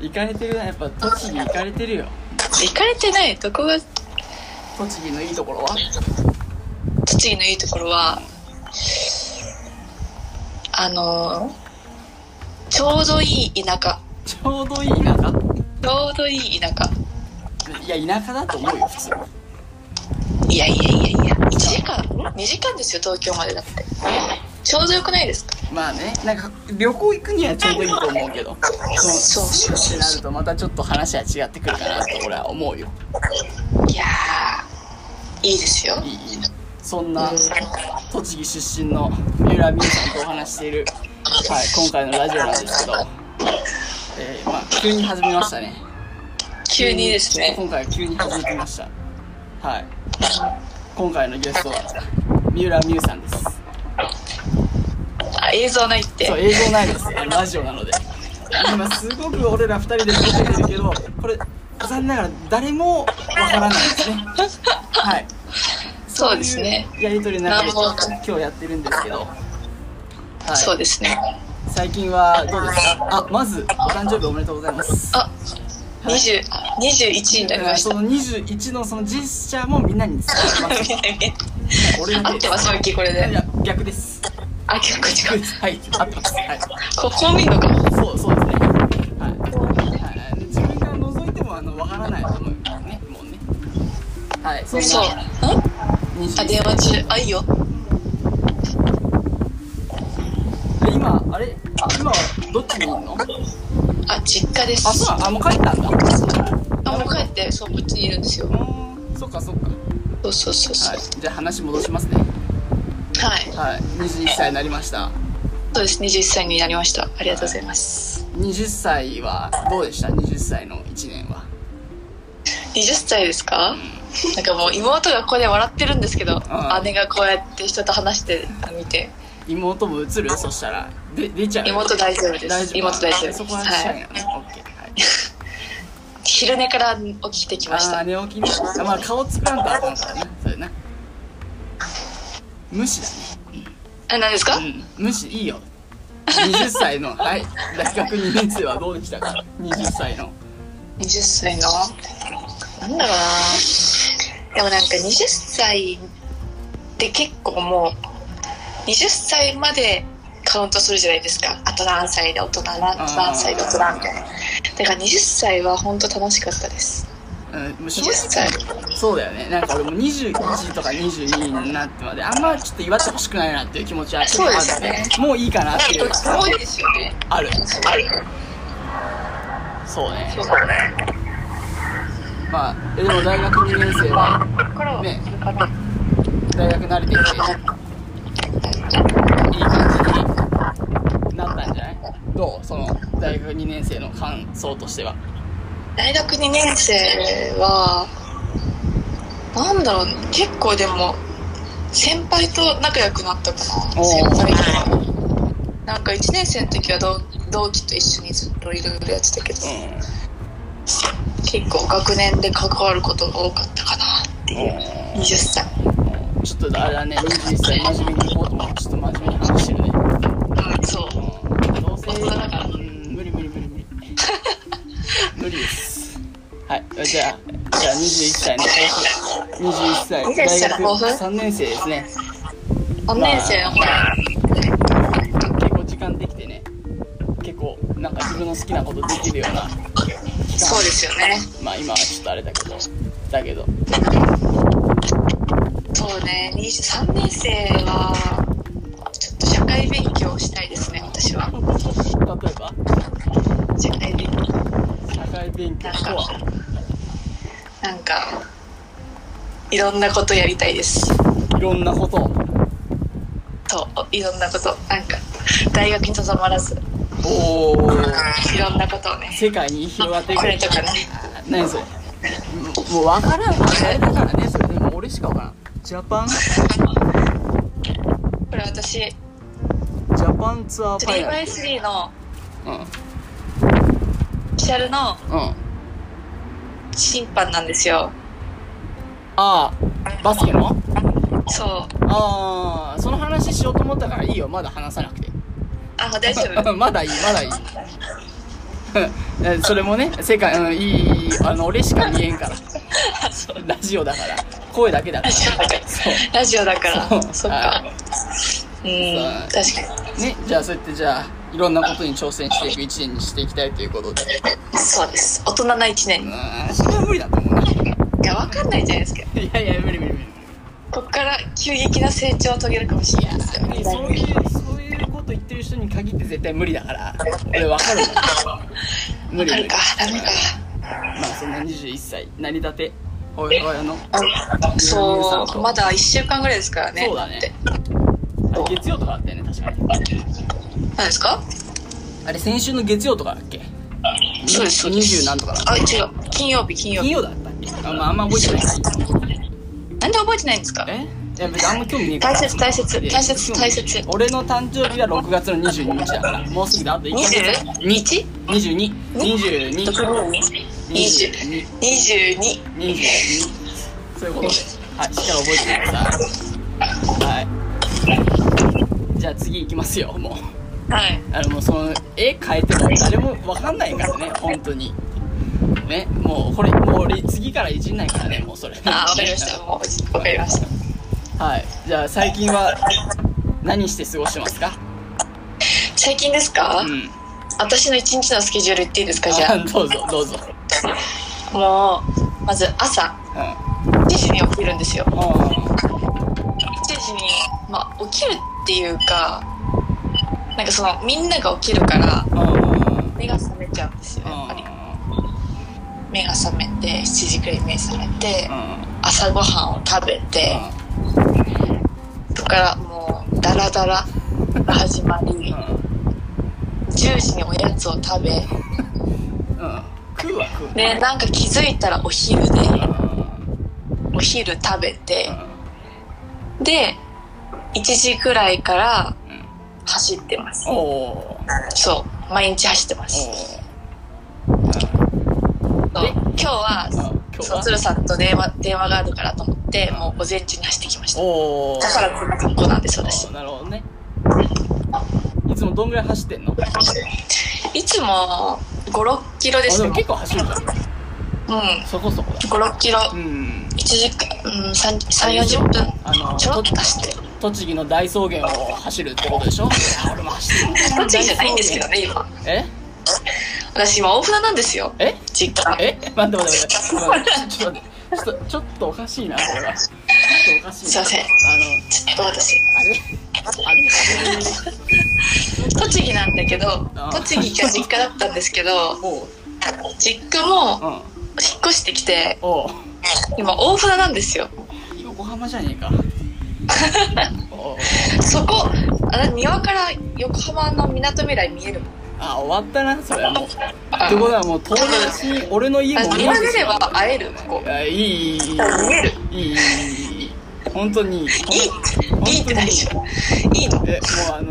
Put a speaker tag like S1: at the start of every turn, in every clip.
S1: 行かれてるなやっぱ栃木行かれてるよ
S2: 行かれてないどこが
S3: 栃木のいいところは
S2: 栃木のいいところはあのちょうどいい田舎
S1: ちょうどいい田舎
S2: ちょうどいい田舎
S1: いや田舎だと思うよ普通
S2: いやいやいやいや1時間2時間ですよ東京までだってちょうどよくないですか
S1: まあねなんか旅行行くにはちょうどいいと思うけどそ
S2: そうそう
S1: う
S2: そ
S1: ってなる
S2: う
S1: とまたちょっと話は違ってくるかなと俺は思うよ
S2: いやーいいですよ
S1: いいいいそんな栃木出身の三浦美優さんとお話ししている、はい、今回のラジオなんですけど、えーまあ、急に始めましたね
S2: 急にですね
S1: 今回は急に始めてましたはい今回のゲストは三浦美優さんです
S2: あ映像ないって
S1: そう映像ないですあのラジオなので今すごく俺ら二人で撮ってるけどこれ残念ながら誰もわからないですねはい
S2: そうですね
S1: そういうやり取りの中で
S2: なるほど
S1: 今日やってるんですけど、は
S2: そう
S1: い、
S2: ですね
S1: 最近はどうですかあまずお誕生日おめでとうございます
S2: あ
S1: はい
S2: 20 21になりまし
S1: そ
S2: た
S1: の21のそのジェスチャーもみんなに伝わ ります俺だけ
S2: 合っ
S1: で
S2: てます
S1: す
S2: マッキーこれ
S1: いやい
S2: で
S1: や逆 です
S2: あ結構違う
S1: はい合ってますはい
S2: ここ見んのか
S1: そうそうですね。はい。はい、自分から覗いてもあのわからないと思うからね、もうね。はい、そん
S2: そう
S1: な
S2: うん
S1: 二十
S2: あ電話中あいいよ
S1: え今あれ今はどっちにいるの？
S2: あ実家です
S1: あ、そうなの。あ、もう帰ったんだ。
S2: あもう帰ってそうこっちにいるんですよ
S1: うん、そっかそっか。は
S2: そうそうそうそう
S1: い。じゃあ話戻しますね。
S2: はい、
S1: はい。二十一歳になりました。
S2: そうです21歳になりましたありがとうございます
S1: 二十歳はどうでした？二十歳の一年は。
S2: 20歳ですかなんかもう妹がここで笑ってるんですけど
S1: ん
S2: 姉がこうやって人と話して見て
S1: 妹も映る？そしたらで出ちゃう。
S2: 妹大丈夫です
S1: 大丈夫。
S2: 妹大丈夫です
S1: そこは
S2: はい
S1: シャイなのね。オッケー。はい。
S2: 昼寝から起きてきまし
S1: あ
S2: た
S1: あー寝起きねあまあ顔作らんとあかんからねそれな無視
S2: え何ですか、
S1: だねうん無視いいよ20歳 のはい大学2年生はどうでしたか20歳の
S2: 20歳のなんだろうなでもなんか20歳って結構もう20歳までカウントするじゃないですかあと何歳で大人なあと何歳で大人みたいなだから20歳は本当楽しかったです
S1: うん、もう正
S2: 20
S1: 直
S2: 歳
S1: そうだよねなんか俺も21とか22になってまであんまちょっと祝ってほしくないなっていう気持ちはちょっとあ
S2: そう
S1: る
S2: で
S1: ね
S2: す
S1: もういいかなっていう
S2: 多いですよね
S1: ある
S2: ある
S1: そうね
S2: そうだね
S1: まあえでも大学2年生は
S2: ここからは
S1: ね
S2: これから
S1: 大学慣れてきていい感じになったんじゃないどうその大学2年生の感想としては
S2: 大学2年生はなんだろう結構でも先輩と仲良くなったかな
S1: おー
S2: 先輩となんか1年生の時は同同期と一緒にずっといろいろやってたけど、結構学年で関わることが多かったかなっていう20歳
S1: うんちょっとあれだね21歳真面目に行こうと思ってちょっと真面目に話してるね
S2: うんそう
S1: うんどうせ
S2: 大人だから
S1: うん無理無理無理無理無理ですはいじゃあじゃあ21歳の抱負21歳
S2: 21歳の抱負
S1: 大学3年生ですね
S2: 3年生の方
S1: 結構時間できてね結構なんか自分の好きなことできるような
S2: そうですよね
S1: まあ今はちょっとあれだけどだけど
S2: そうね3年生はちょっと社会勉強をしたいですね私は
S1: 例えば
S2: 社会勉強
S1: 社会勉強とは
S2: なんか、いろんなことやりたいです。
S1: いろんなことを
S2: と、いろんなこと、なんか、大学にとどまらず、
S1: おー
S2: いろんなことをね、
S1: 世界に広がってい
S2: こ
S1: く
S2: れとかね、
S1: 何それもう分からんわあれだからねそれでも俺しか分からんジャパンジ
S2: これ私、
S1: ャパンツアーファイナル
S2: 3x3 の
S1: うん
S2: オフィシャルの
S1: うん
S2: 審判なんですよ。
S1: ああバスケの
S2: そう。
S1: ああその話しようと思ったからいいよまだ話さなくて
S2: あ、大丈夫。
S1: まだいいまだいいえそれもね世界、うん、いいいいあの俺しか見えんからラジオだから声だけだか
S2: ラ
S1: ら
S2: ジオだからラ ジオだから
S1: そう
S2: そっ
S1: は
S2: かうん確か
S1: ねじゃあそうやってじゃあいろんなことに挑戦していく一年にしていきたいということで
S2: にそうです大人な1
S1: う
S2: 年
S1: んそれは無理だと思うない
S2: や分かんないじゃないですか
S1: いやいや無理無理無理
S2: ここから急激な成長を遂げるかもしれないですよ
S1: ねそういうそういうこと言ってる人に限って絶対無理だから俺わかるんだけど 無理
S2: あ
S1: 無
S2: る
S1: 理
S2: かダメか
S1: まあそんな21歳成り立てほやほやの
S2: あそうまだ1週間ぐらいですからね
S1: そうだね
S2: って
S1: あれ月曜とかだったよね確かに
S2: 何ですか
S1: あれ先週の月曜とかだっけ
S2: そうですそうです
S1: 20何とかだ
S2: あ違う金曜日金曜
S1: 金
S2: 日
S1: 曜だったっけあ,、まあ、あんま覚えてない
S2: なんで覚えてないんですか
S1: えいや別にあんま興味ねえから
S2: 大切大切
S1: いや
S2: 大切大切
S1: 俺の誕生日は6月の22日だからもうすぐだあと1
S2: 21
S1: 2222 22 22 22
S2: 20 22
S1: そういうことではいしっかり覚えてくださいはいじゃあ次行きますよもう
S2: はい
S1: あのもうその絵変えても誰もわかんないからね本当にねもうこれもう俺次からいじんないからねもうそれ
S2: あわかりましたもうわかりました
S1: はいじゃあ最近は何して過ごしてますか
S2: 最近ですか、
S1: うん
S2: 私の一日のスケジュール言っていいですかじゃ
S1: あどうぞどうぞ
S2: あもうまず朝
S1: うんあ
S2: 7時に起きるんですよ
S1: あ
S2: 1時に、まあ、起きるっていうかなんかそのみんなが起きるか
S1: あ
S2: ら目が覚めちゃうんですよやっぱり
S1: あ
S2: 目が覚めて7時くらいに目覚めて
S1: あ
S2: 朝ごはんを食べてそこからもうダラダラが始まり10時におやつを食べ
S1: うん食うわ食う
S2: でなんか気づいたらお昼で
S1: うん
S2: お昼食べてで1時くらいから
S1: うん
S2: 走ってます
S1: おお
S2: そう毎日走ってます
S1: で
S2: そう今日は
S1: 今日
S2: そう
S1: は
S2: 鶴さんと電話電話があるからと思ってもう午前中に走ってきました
S1: おお
S2: だからこんな格好なんです私
S1: なるほどねいつもどんぐらい走ってんのあ
S2: いつも56キロです
S1: で
S2: よ
S1: も結構走るじゃん
S2: うん
S1: そこそこだ
S2: 56キロ
S1: うん
S2: 1時間、うん、3 3 40分
S1: あの
S2: ちょろっ
S1: と
S2: と走って
S1: 栃木の大草原を走るってことでしょいや俺も走ってる
S2: 栃木じゃないんですけどね今
S1: え
S2: 私今大船なんですよ
S1: え
S2: 実家
S1: え待って待って待ってちょっと待ってちょっとちょっとおかしいなこれはちょっとおかしいな
S2: すいません
S1: あの
S2: ちょっと私
S1: あれあれ
S2: 栃木なんだけど
S1: あ
S2: 栃木が実家だったんですけど
S1: おう
S2: 実家も
S1: うん
S2: 引っ越してきて
S1: おう
S2: 今大船なんですよ
S1: 横浜じゃ ねえかおう
S2: そこあ庭から横浜のみなとみらい見えるもん
S1: あ終わったなそれはもう
S2: あ
S1: ってことはもう遠出しに俺の家も
S2: 庭出れば会えるここ
S1: いやいいいいいいいい
S2: 見える
S1: いいいいいい本当にいい
S2: いいいいって大丈夫いいの
S1: えもうあの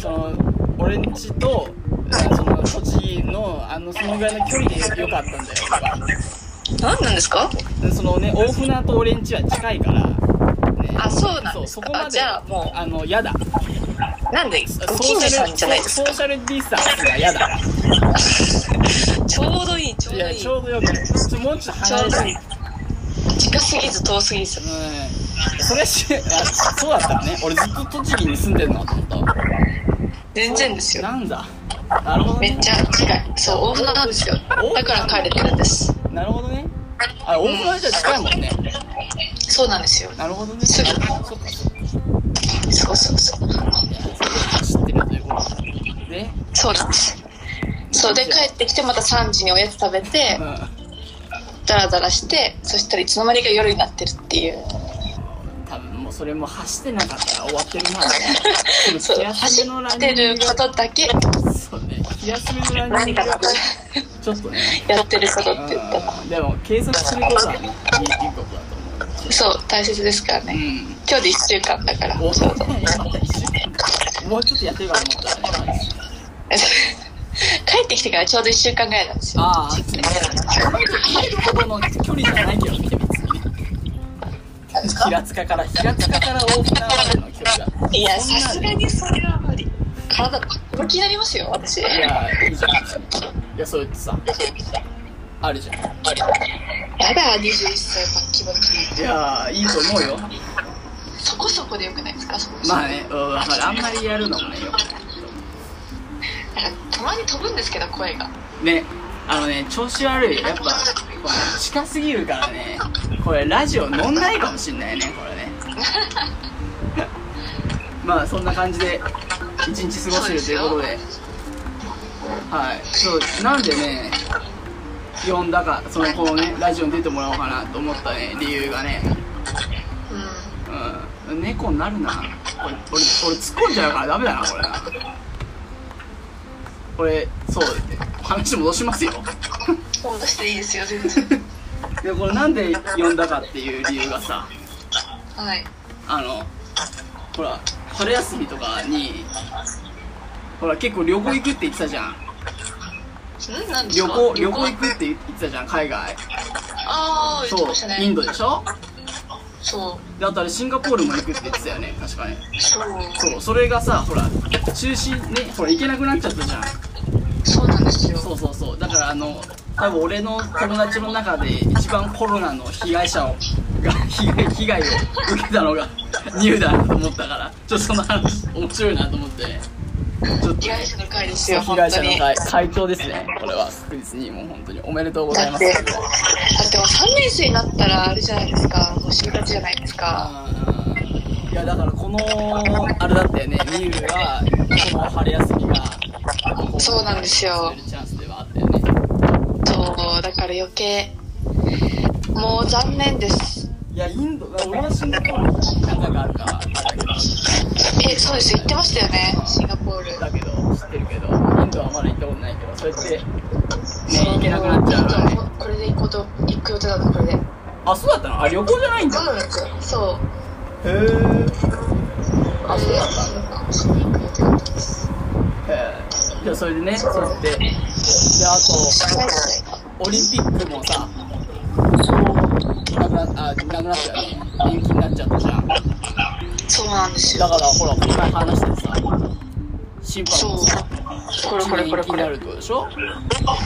S1: その俺んちとその栃木のあのそのぐらいの距離でよかったんだよ俺は
S2: 何なんですか
S1: でそのね大船と俺んちは近いから、ね
S2: あそうなん
S1: そう
S2: です
S1: そ
S2: か
S1: こま
S2: あ
S1: で
S2: じゃあも
S1: あのやだ
S2: うなんでご近所さんじゃないです
S1: ソー
S2: か
S1: シャルディスタンスがやだ
S2: ちょうどいいちょう
S1: い
S2: ど
S1: や
S2: いい
S1: ちょうどよくないちょもうちょっと離れ
S2: ちょう
S1: て
S2: どいい近すぎず遠すぎず
S1: うんそれしあそうだったのね俺ずっと栃木に住んでるなと思った
S2: 全然ですよ
S1: なんだなるほど
S2: め
S1: ね
S2: っちゃ近いそう大船なんですよだから帰れてるんです
S1: なるほどねあ大船じゃ近いもんね
S2: そうなんですよ
S1: なるほどね
S2: すぐ
S1: そっかそっかい
S2: そうそうそう
S1: やそこ走ってるということで
S2: そうなんですそうで帰ってきてまた3時におやつ食べて
S1: うん
S2: ダラダラしてそしたらいつの間にか夜になってるっていう
S1: 多分もうそれも走ってなかったら終わってるなでも
S2: そう
S1: 気
S2: 走
S1: 休めのラ
S2: っ
S1: ンニ
S2: て
S1: ン
S2: る
S1: グ
S2: こ
S1: が
S2: とだけ
S1: そうね気休めのランニン
S2: 何
S1: グ
S2: か
S1: がちょっとね
S2: やってることって言ったら
S1: うんでも計測することはねいいいいことだと思う
S2: そう大切ですから
S1: う
S2: ね
S1: ん
S2: 今日で1週間だから
S1: お
S2: ちょうど
S1: もうちょっとやってるかと思ったらね。
S2: 帰ってきてからちょうど1週間ぐらいなんですよ
S1: ああ、家ほどの距離じゃないけどね、別にね。平塚から、平塚から大船までの距離だ。
S2: いやさすがにそれは無理体ムきになりますよ私
S1: いや、いいじゃん。いやそう言ってさあるじゃん
S2: やだ、21歳バッキバキ。
S1: いやーいいと思うよ
S2: そこそこでよくないですかそこそこ
S1: まあねうんだからあんまりやるのもねよ
S2: なんかたまに飛ぶんですけど、声が。
S1: ねあのね調子悪いやっぱこれ近すぎるからねこれラジオ乗んないかもしんないねこれね まあそんな感じで一日過ごしてるということではいそうなんでね呼んだかそのこのねラジオに出てもらおうかなと思ったね理由がね
S2: う
S1: う
S2: ん。
S1: ん猫になるなこれ俺俺突っ込んじゃうからダメだなこれなこれそう話戻しますよ
S2: 本出していいですよ、全然。
S1: でこれなんで呼んだかっていう理由がさ
S2: はい。
S1: あのほら春休みとかにほら結構旅行行くって言ってたじゃん
S2: んなんです
S1: 旅
S2: か
S1: 行旅行行くって言ってたじゃん海外
S2: ああ、言っ
S1: そ
S2: て
S1: う
S2: ましたね。
S1: インドでしょ
S2: そ
S1: であとあれシンガポールも行くって言ってたよね確かね
S2: う。そう。
S1: そうそれがさほら中止ねほら行けなくなっちゃったじゃん
S2: そうなんですよ。
S1: そうそうそうだからあの多分俺の友達の中で一番コロナの被害者をが 被害被害を受けたのがニューだなと思ったからちょっとその話面白いなと思ってねちょっと
S2: 被害者の会ですよ、
S1: 被
S2: 本
S1: 害
S2: 当
S1: 者の
S2: に。
S1: 会会長ですねこれは確実にもう本当におめでとうござい
S2: だ
S1: ま
S2: っ
S1: す
S2: て、だってもう3年生になったらあれじゃないですか、もう就活じゃないですか。
S1: あーいやだからこのあれだったよねニューはこの春休みが
S2: そうなんですよ
S1: チャンスではあったよね
S2: そう、だから余計、もう残念です。
S1: いやインド俺はシンガポールに仲があるからあれだけど
S2: え、そうです、言ってましたよね、シンガポール。
S1: だけど知ってるけどインドはまだ行ったことないけどそうやってね行けなくなっちゃうからね
S2: そうこれで行こうと、行く予定だった、これで。
S1: あそうだったのあ旅行じゃないんだ
S2: そうなんですよ。そう。
S1: へえあそうだったんだ
S2: そう行く予定だったんです。
S1: へえじゃあそれでねそうやってであ
S2: 失敗し
S1: とオリンピックもさ
S2: そう。
S1: なくなあなくなったよね延期になっちゃったじゃんだか
S2: そうなんです
S1: ら
S2: よ。
S1: ほらこの前話してさ審判
S2: そ
S1: もさ
S2: う。これこれこれ
S1: 延期
S2: こ
S1: にな
S2: れ。
S1: るってことでしょ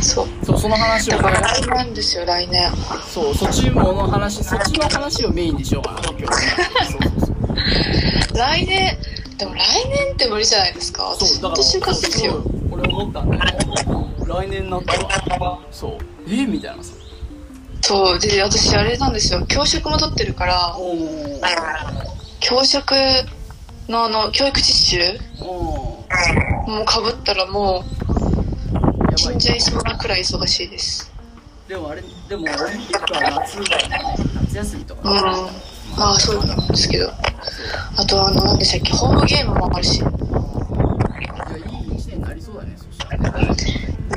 S2: そう。
S1: そうその話を
S2: だから来年ですよ、来年。
S1: そうそっちもの話そっちの話をメインにしようかな今日は そうそうそう
S2: 来年でも来年って無理じゃないですか
S1: そう、
S2: 私
S1: だか
S2: 本
S1: ら、
S2: 当就活ですよ
S1: 俺思ったんだよ。来年になったら、そう、えみたいなさ。
S2: そうで私あれなんですよ教職も取ってるから
S1: おー
S2: 教職のあの教育実習
S1: おー
S2: もうかぶったらもう
S1: や
S2: 死
S1: ば
S2: ん
S1: い。
S2: じゃいそうなくらい忙しいです
S1: でもあれ、でもオリンピックは夏だよね。夏休みと
S2: うん
S1: かね。
S2: まあそうなんですけどあとあの何でしたっけホームゲームもあるしい
S1: いや、いい一年になりそうだね、そしたらね。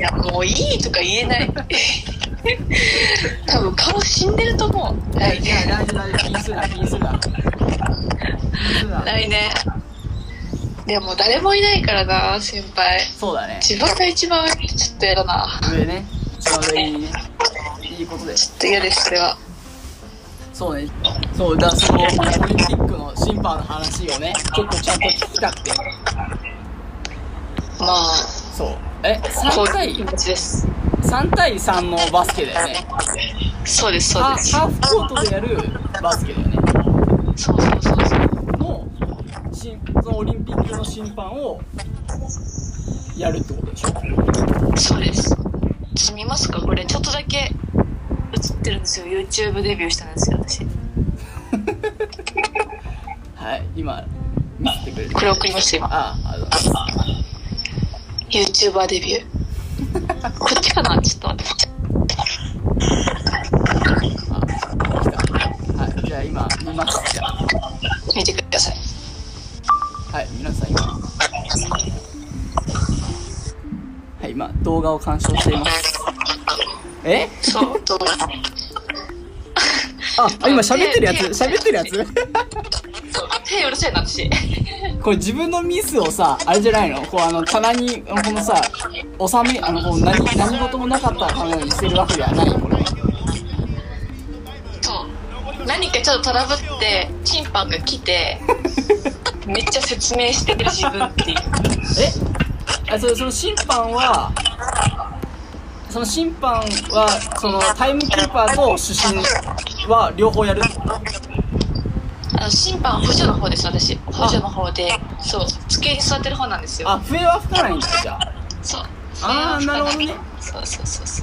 S2: やもういいとか言えない 多分顔死んでると思う
S1: いや、
S2: 来
S1: いや
S2: 年
S1: 大丈夫、大丈夫。気にするな、気にするな。気にするな。
S2: 来年でも誰もいないからな先輩
S1: そうだね。
S2: 自分が一番上ちょっとやだな
S1: 上ね。一番上にね。いいことで。
S2: ちょっと嫌ですそれは
S1: そうね。そう、だからその、オリンピックの審判の話をね、ちょっとちゃんと聞きたくて。
S2: まあ
S1: そう。え、
S2: こ
S1: 3
S2: ういう
S1: 対
S2: 気持ちです
S1: 3対3のバスケだよね
S2: そうですそう
S1: ハ
S2: です
S1: ハーフコートでやるバスケだよね
S2: そうそうそうそう
S1: のしそのオリンピックの審判をやるってことでしょ
S2: そうですちょ見ますかこれちょっとだけ映ってるんですよ YouTube デビューしたんですよ私
S1: はい今見せてくれる
S2: これ送りました今
S1: ああありがとうございます
S2: YouTuber デビュー こっちかなちょっと待って
S1: あはいじゃあ今見ますじゃあ
S2: 見てください
S1: はい皆さん今はい今動画を鑑賞していますえ
S2: そう 動画
S1: ああ今喋ってるやつ喋ってるやつ
S2: そう手うるさいな私
S1: これ自分のミスをさあれじゃないのこうあの棚にあのこのさ収めあのこう何何事もなかったかのようにしてるわけではないこれ
S2: そう何かちょっとトラブって審判が来 てめっちゃ説明してる自分っていう
S1: えあそれその審判はその審判はそのタイムキーパーと主審は両方やる
S2: あの審判補助の方です私補助の方でそう机に座ってる方なんですよ
S1: あ笛は吹かないんだじゃあ
S2: そう
S1: あーなるほどね
S2: そうそうそうそ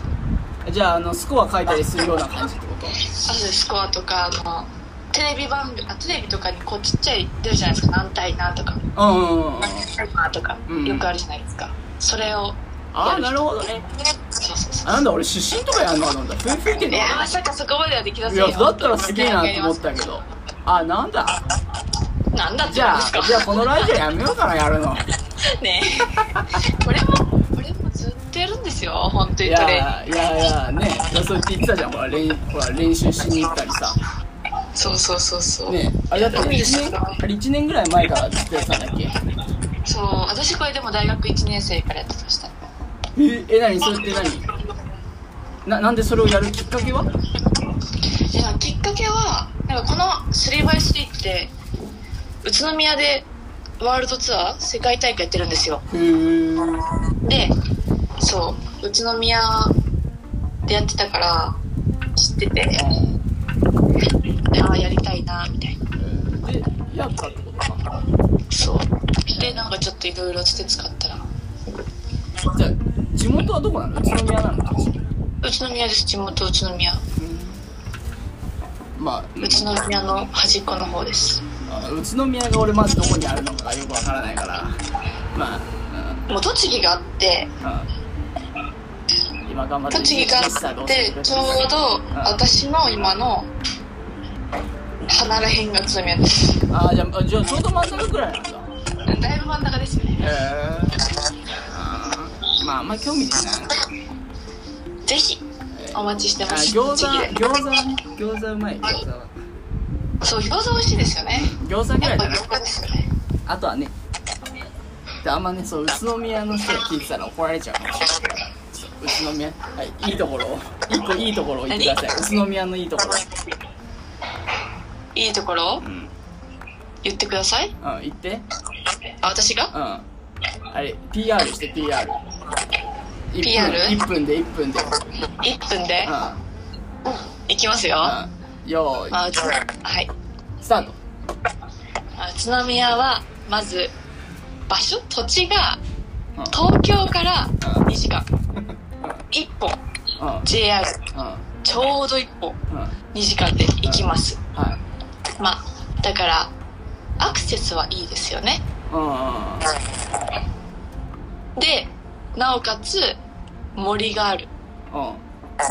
S2: う
S1: じゃああのスコア書いたりするような感じってこと
S2: あとスコアとかあのテレビ番組あテレビとかにこうちっちゃい出るじゃないですか何対何とか
S1: うんうんうんうん
S2: 何パーとか
S1: うん
S2: よくあるじゃないですか、それを
S1: ああなるほどね
S2: そうそうそう
S1: あなんだ俺主審とかやんのかと思った笛吹いてん
S2: い
S1: の
S2: や
S1: か
S2: まさかそこまではできま
S1: な
S2: せ
S1: い
S2: んよ
S1: やだったらすげえなと思ったけどあなんだ
S2: なんだって
S1: じ
S2: 言うん
S1: ゃあ
S2: ですか
S1: じゃあこのラジオやめようかなやるの
S2: ねえこれもこれもずっとやるんですよ本当
S1: い
S2: にトレーニング
S1: やいやいやねだそうやって言ってたじゃんほら練ほら練習しに行ったりさ
S2: そうそうそうそう、
S1: ねあれだって1年あれ1年ぐらい前からずっとやってたんだっけ
S2: そう私これでも大学1年生からやってました
S1: ええ何それって何ななんでそれをやるきっかけはい
S2: やきっかけはなんかこの 3x3 って宇都宮でワールドツアー世界大会やってるんですよ
S1: へー
S2: でそう宇都宮でやってたから知っててああやりたいなみたいな
S1: でやったってことか
S2: そうでなんかちょっといろいろつて使ったら
S1: じゃあ地元はどこなの宇都宮なのか
S2: 宇都宮です地元宇都宮
S1: まあ
S2: 宇都宮の端っこの方です
S1: あ宇都宮が俺まずどこにあるのかがよくわからないからまあ
S2: もう栃木があって
S1: うん、うん、今頑張って
S2: 栃木があってちょうど私の今の離れ辺が宇都宮です
S1: ああじゃあじゃあちょうど真ん中ぐらいなんだ
S2: だいぶ真ん中ですね
S1: へえまああんま興味ないな
S2: ぜひお待ちして
S1: あ
S2: ます
S1: 餃子
S2: 栃木で
S1: 餃子ね餃子うまい餃子は
S2: そう餃子美味しいですよね
S1: 餃子ぐら
S2: やっ
S1: い
S2: ぱ
S1: だな
S2: 餃子ですよね
S1: あとはねであんまねそう宇都宮の人が聞いてたら怒られちゃうかもしれないからそう宇都宮はいいいところを一個いいところを言ってください宇都宮のいいところ
S2: いいところ
S1: うん、
S2: 言ってください
S1: うん、言って
S2: あ私が
S1: うんあれ PR して PR 一分
S2: PR
S1: 一分で一分で
S2: 1分で
S1: う
S2: いきますよあ
S1: んうんよーい
S2: 宇都はい
S1: スタート
S2: あ宇都宮はまず場所土地が
S1: うん
S2: 東京から2時間1本
S1: うん
S2: JR
S1: うん
S2: ちょうど1本
S1: うん
S2: 2時間で行きます
S1: はい
S2: まあだからアクセスはいいですよね
S1: うんうんうん
S2: でなおかつ森がある
S1: うん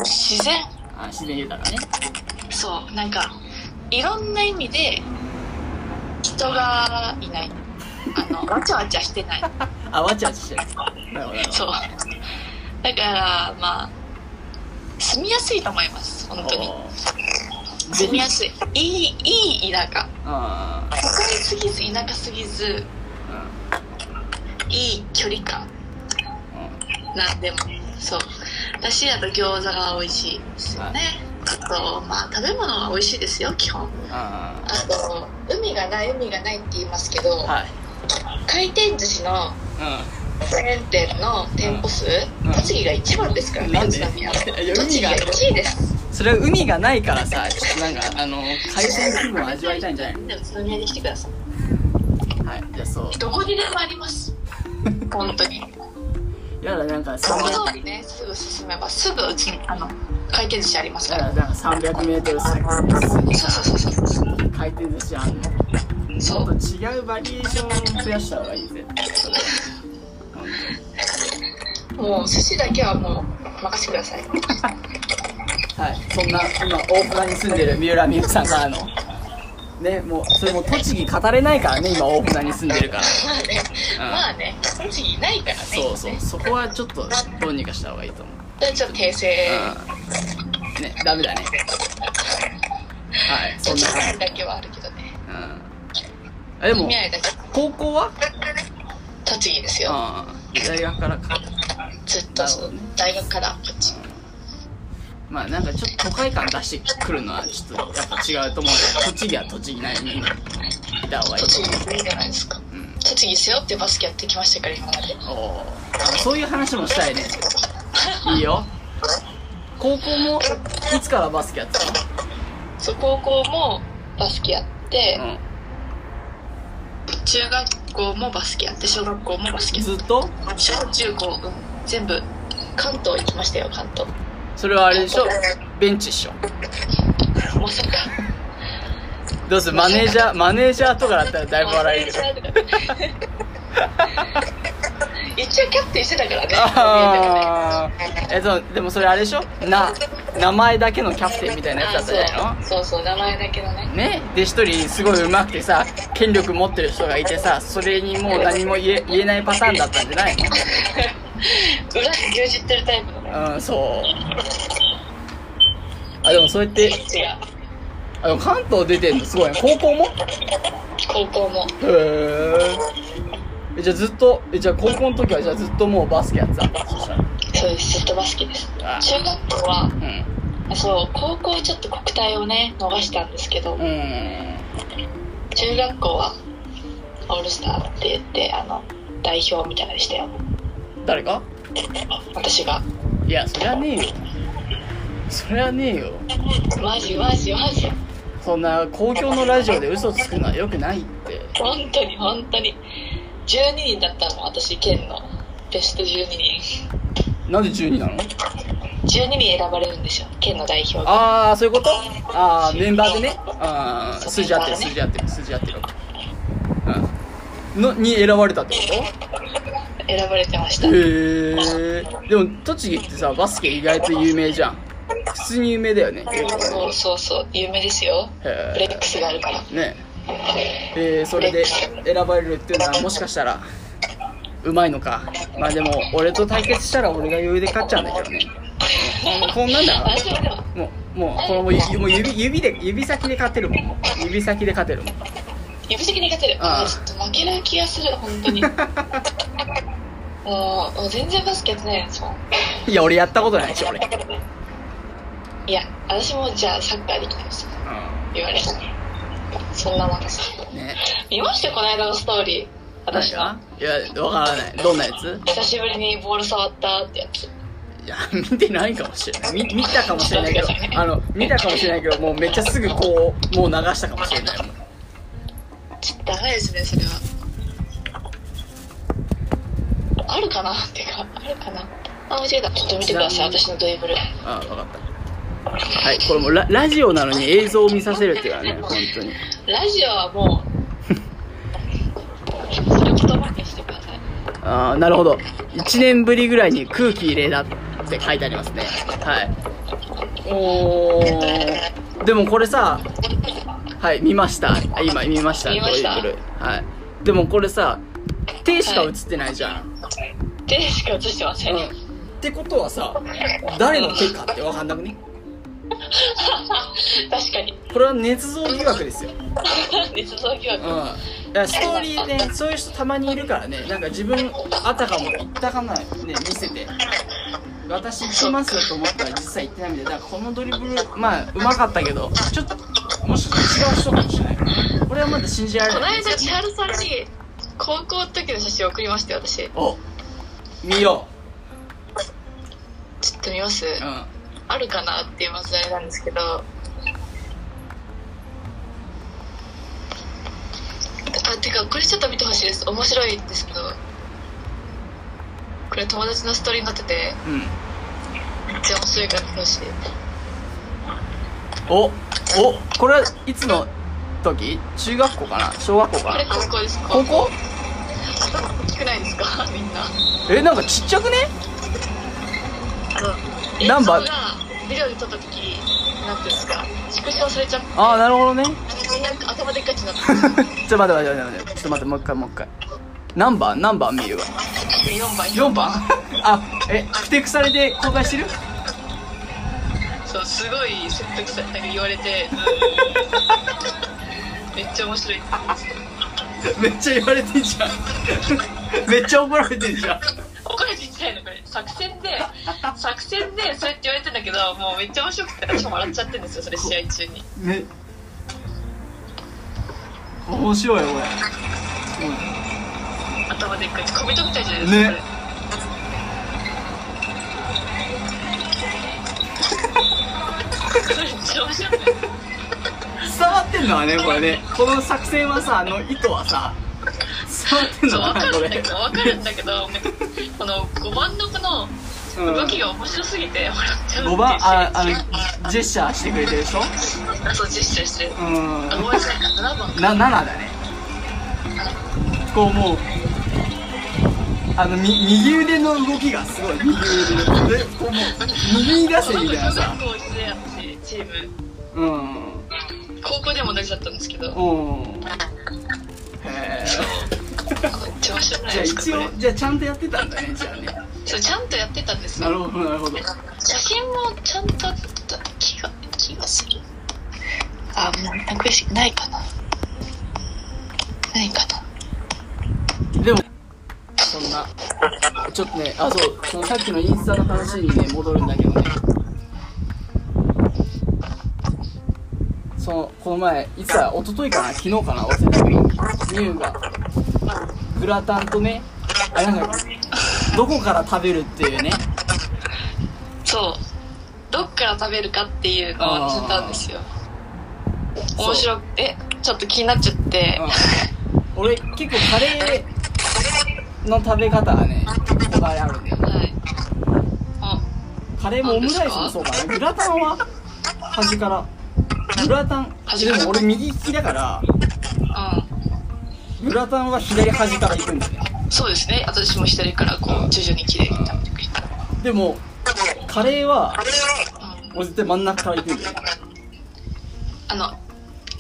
S2: 自然
S1: あ自然豊かね
S2: そうなんかいろんな意味で人がいないあのわちゃわちゃしてない
S1: あわちゃわちゃしてるなるほどなるほど
S2: そうだからまあ住みやすいと思います本当に
S1: おーぜ
S2: 住
S1: ひ
S2: みやすいいいいい田舎
S1: あ
S2: 都会すぎず田舎すぎず
S1: ー
S2: いい距離感
S1: うんうん
S2: なんでもそうだしあと餃子が美味しいですよねあとまあ食べ物は美味しいですよ基本
S1: あ
S2: あと海がない海がないって言いますけ
S1: ー
S2: ど
S1: はい
S2: 回転寿司のチェーン店の店舗数
S1: うん
S2: 栃木が一番ですからね
S1: なん
S2: 宇
S1: で
S2: 都宮はい
S1: や
S2: 栃
S1: 海
S2: 木
S1: が
S2: が
S1: ある
S2: 1位です
S1: うんそれは海がないからさちょっとなんかあの海鮮気分を味わいたいんじゃないの
S2: みんな宇都宮に来てください
S1: はいじゃあそう
S2: どこにでもあります本当に
S1: やだなんか
S2: 山
S1: 300
S2: 道にねすぐ進めばすぐうちにあの回転寿司あります
S1: や
S2: から
S1: だなんか300メートル先に
S2: そうそうそうそうそう
S1: 回転寿司あんのち
S2: そ
S1: ょっと
S2: う
S1: 違うバリエーション増やした方がいいぜそれは本当に
S2: もう寿司だけはもう任せてくだ さい
S1: はい、そんな今大船に住んでる三浦美優さんからのねもうそれもう栃木語れないからね今大船に住んでるから
S2: まあね
S1: ん
S2: まあね栃木いないからね
S1: そうそう
S2: 今ね
S1: そこはちょっとどうにかした方がいいと思う
S2: だからちょっと訂正
S1: うんねダメだねはい
S2: ち
S1: そ
S2: ょ
S1: ん
S2: っと
S1: な感じ
S2: だけはあるけどね
S1: うんあでも
S2: 宮城だけ
S1: 高校は
S2: 栃木ですよ
S1: うん大学からか
S2: ずっとそ
S1: な
S2: う
S1: るほ
S2: 大学からこっち
S1: まあなんかちょっと都会感出してくるのはちょっとやっぱ違うと思うよ栃木は栃木なりにいた方がいい
S2: 栃木いいじゃないですか栃木背負ってバスケやってきましたから今まで
S1: おーあそういう話もしたいねいいよ高校もいつからバスケやってた
S2: そう高校もバスケやって、
S1: の、
S2: 中学校もバスケやって小学校もバス
S1: う
S2: ケ
S1: ん、ずっと
S2: 小中高、うん、全部関東行きましたよ関東
S1: それはあれでしょベンチっしょ
S2: まさか
S1: どうするマネージャーマネージャーとかだったらだいぶ笑えるけど
S2: 一応キャプテンしてたからね
S1: ああえっとでもそれあれでしょな名前だけのキャプテンみたいなやつだったじゃないの
S2: あそうそうそう名前だけどね
S1: ねで一人すごい上手くてさ権力持ってる人がいてさそれにもう何も言え言えないパターンだったんじゃない
S2: 裏で牛耳ってるタイプのね
S1: のうんそうあでもそうやって
S2: こっちが
S1: あでも関東出てんのすごいね高校も
S2: 高校も
S1: へえじゃあずっとえじゃあ高校の時はじゃあずっともうバスケやってたんだそしたら
S2: そうですずっとバスケです
S1: あ
S2: 中学校は
S1: うん
S2: そう高校ちょっと国体をね逃したんですけど
S1: うん
S2: 中学校はオールスターって言ってあの代表みたいなのでしたよ
S1: 誰か
S2: 私が
S1: いやそりゃねえよそりゃねえよ
S2: マジマジマジ
S1: そんな公共のラジオで嘘つくのはよくないって
S2: 本当に本当に12人だったの私県のベスト12人
S1: なんで12なの
S2: 12人選ばれるんですよ県の代表が
S1: ああそういうことああメンバーでねああ筋合ってる筋合ってる筋合ってるうんのに選ばれたってこ
S2: 選ばれてました
S1: とへえでも栃木ってさバスケ意外と有名じゃん普通に有名だよね結構
S2: そうそうそう有名ですよ
S1: へ
S2: ブレックスがあるから
S1: えねええーそれで選ばれるっていうのはもしかしたらうまいのかまあでも俺と対決したら俺が余裕で勝っちゃうんだけどねうんこんなんだから
S2: 私はでも
S1: もう、もう、このもう指、もう指、指で、指先で勝てるもん。もう指先で勝てるもん。
S2: 指先に勝てる
S1: ああ
S2: ちょっと負けない気がする本 当にもうもう全然バスケやってないですもん
S1: いや、俺やったことないでしょ、俺。うん。
S2: いや私もじゃあサッカーできないです言われたそんなもんです
S1: ね。
S2: 見ましたよこの間のストーリー私の
S1: いや、わからない。どんなやつ
S2: 久しぶりにボール触ったってやつ
S1: いや、見てないかもしれない。見、見たかもしれないけど
S2: ちょっと待ってください、ね
S1: あの、見たかもしれないけど、もうめっちゃすぐこう、もう流したかもしれないもん。
S2: ちょっとダメですねそれはあるかなっていうかあるかなあ間違えたちょっと見てください私のドリブル
S1: ああ、わかった。はい、これもうララジオなのに映像を見させるっていうのはね、本当に。
S2: ラジオはもうそれ言葉にしてください
S1: ああ、なるほど。1年ぶりぐらいに空気入れだって書いてありますね。はい。おー。でもこれさ、はい、見ました。あ今見ました。
S2: 見ました
S1: ドリブルはい。でもこれさ、手しか映ってないじゃん。
S2: 手しか映してません、
S1: うん。ってことはさ、誰の手かってわかんなくね
S2: 確かに
S1: これは捏造疑惑ですよ。
S2: 捏造疑惑
S1: うん。だからストーリーね、そういう人たまにいるからね、なんか自分、あたかも言ったかな、ね、見せて。私行ってますよと思ったら実際行ってないみたいな。だからこのドリブル、まあ、うまかったけど、ちょっと、もしかしたら違う人かもしれない。これはまだ信じられ
S2: この
S1: ない。
S2: 間千春さんに高校の時の写真送りましたよ私
S1: お見よ
S2: ちょっと見ます、
S1: う。うん。
S2: あるかなっていうまずあれなんですけどあてかこれちょっと見てほしいです面白いんですけどこれ友達のストーリーになってて
S1: うん。
S2: めっちゃ面白いから見てほしい
S1: おおこれはいつの時中学校かな小学校
S2: こ
S1: か
S2: れ
S1: な
S2: 高校です
S1: 高校
S2: 大きくないですか みんな
S1: え、なんかちっちゃくね
S2: そう
S1: ナンバー
S2: 映像がビデオで撮った時なんていうんですか縮小されちゃって
S1: ああ、なるほどね。
S2: なんか頭でっかちになって
S1: ちょっと待って待って待って待ってちょっと待ってもう一回もう一回何番何番見るわ
S2: 4番
S1: 4番あえふてくされで公開してる
S2: そうすごい説得されなんか言われて めっちゃ面白いっ て
S1: めっちゃ言われてんじゃん めっちゃ怒られてんじゃん
S2: 怒られてないのこれ作戦で作戦でそうやって言われてんだけどもうめっちゃ面白くて私も笑っちゃってるんですよそれ試合中に
S1: ね面白いよこ
S2: 頭でっかい小人みたいじゃない
S1: れ
S2: ですか、
S1: ねんのはねこれねこの作戦はさあの意図はさ伝わってん
S2: そ
S1: の
S2: う
S1: か
S2: わか
S1: なこ
S2: る
S1: れ
S2: んだけどわかるんだけどなんかこの5番のこの
S1: うん
S2: 動きが面白すぎて笑っちゃうっていう
S1: 5番ああの
S2: あ
S1: ジェスチャーしてくれてるでしょ
S2: そうジェスチャーしてる
S1: うん
S2: あごめんなさい7番
S1: な7だねこうもうあのみ右腕の動きがすごい右腕でこうもう右に出せみたいな
S2: 小
S1: さ
S2: 学校一年やってチーム
S1: うん
S2: 高校でも同じだったんですけど
S1: うんへえ
S2: 調子じゃない
S1: じゃあ
S2: ですか
S1: 一応じゃあちゃんとやってたんだねじゃあね
S2: そうちゃんとやってたんです
S1: な
S2: よ
S1: るほどなるほど
S2: 写真もちゃんとあった気が気がするあもうなくしないかなないかな
S1: でもそんなちょっとねあそうそのさっきのインスタの話にね戻るんだけどねそのこの前いつだ一昨日かな昨日かな忘れたけどミュウがグラタンとねあれなんだっけどこから食べるっていうね
S2: そうどっから食べるかっていうのを
S1: あー
S2: 聞いたんですよ
S1: そう
S2: 面白くえちょっと気になっちゃって
S1: うん俺結構カレーの食べ方がねこだわりあるんだよ
S2: はいあ
S1: カレーもオムライスもそうかなグラタンは端からグラタン
S2: 端
S1: で
S2: から
S1: も俺右利きだからグラタンは左端から行くんだね
S2: うんそうですね私も左からこう徐々に綺麗に食べてくれた
S1: でもカレーは
S2: うん
S1: 俺絶対真ん中から行くんだよ、
S2: あの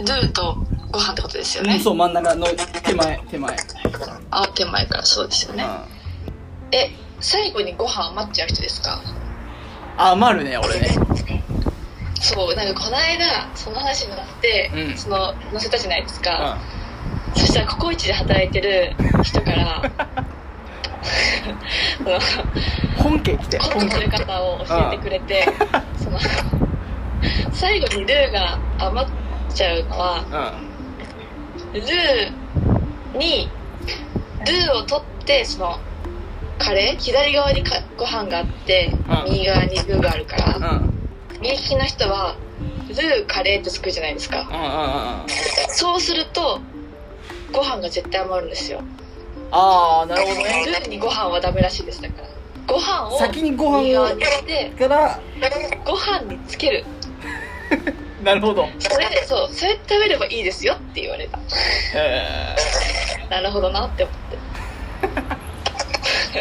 S2: ルーとご飯ってことですよ
S1: うん
S2: ね
S1: そう真ん中の手前手前、
S2: あ手前からそうですよ
S1: うん
S2: ね、え最後にご飯余っちゃう人ですか
S1: 余るね俺ね
S2: そうなんかこの間その話になって、
S1: うん
S2: その載せたじゃないです
S1: う
S2: か、
S1: ん
S2: そしたらココイチで働いてる人から その
S1: 本家来て
S2: コン
S1: 本
S2: の
S1: 家
S2: 食べ方を教えてくれてその最後にルーが余っちゃうのは
S1: う
S2: ルーにルーを取ってそのカレー左側にかご飯があって
S1: うん
S2: 右側にルーがあるから、
S1: んうんうんうん
S2: 右利きの人はルーカレーって作るじゃないですか
S1: うんうん
S2: そうするとご飯が絶対余るんですよ
S1: ああなるほどね
S2: ルーにご飯はダメらしいですだからご飯を
S1: 先にご飯
S2: 右側
S1: を
S2: に入れ
S1: から
S2: てご飯につける
S1: なるほどへ
S2: それでそうそれ食べればいいですよって言われた
S1: え
S2: なるほどなって思っ て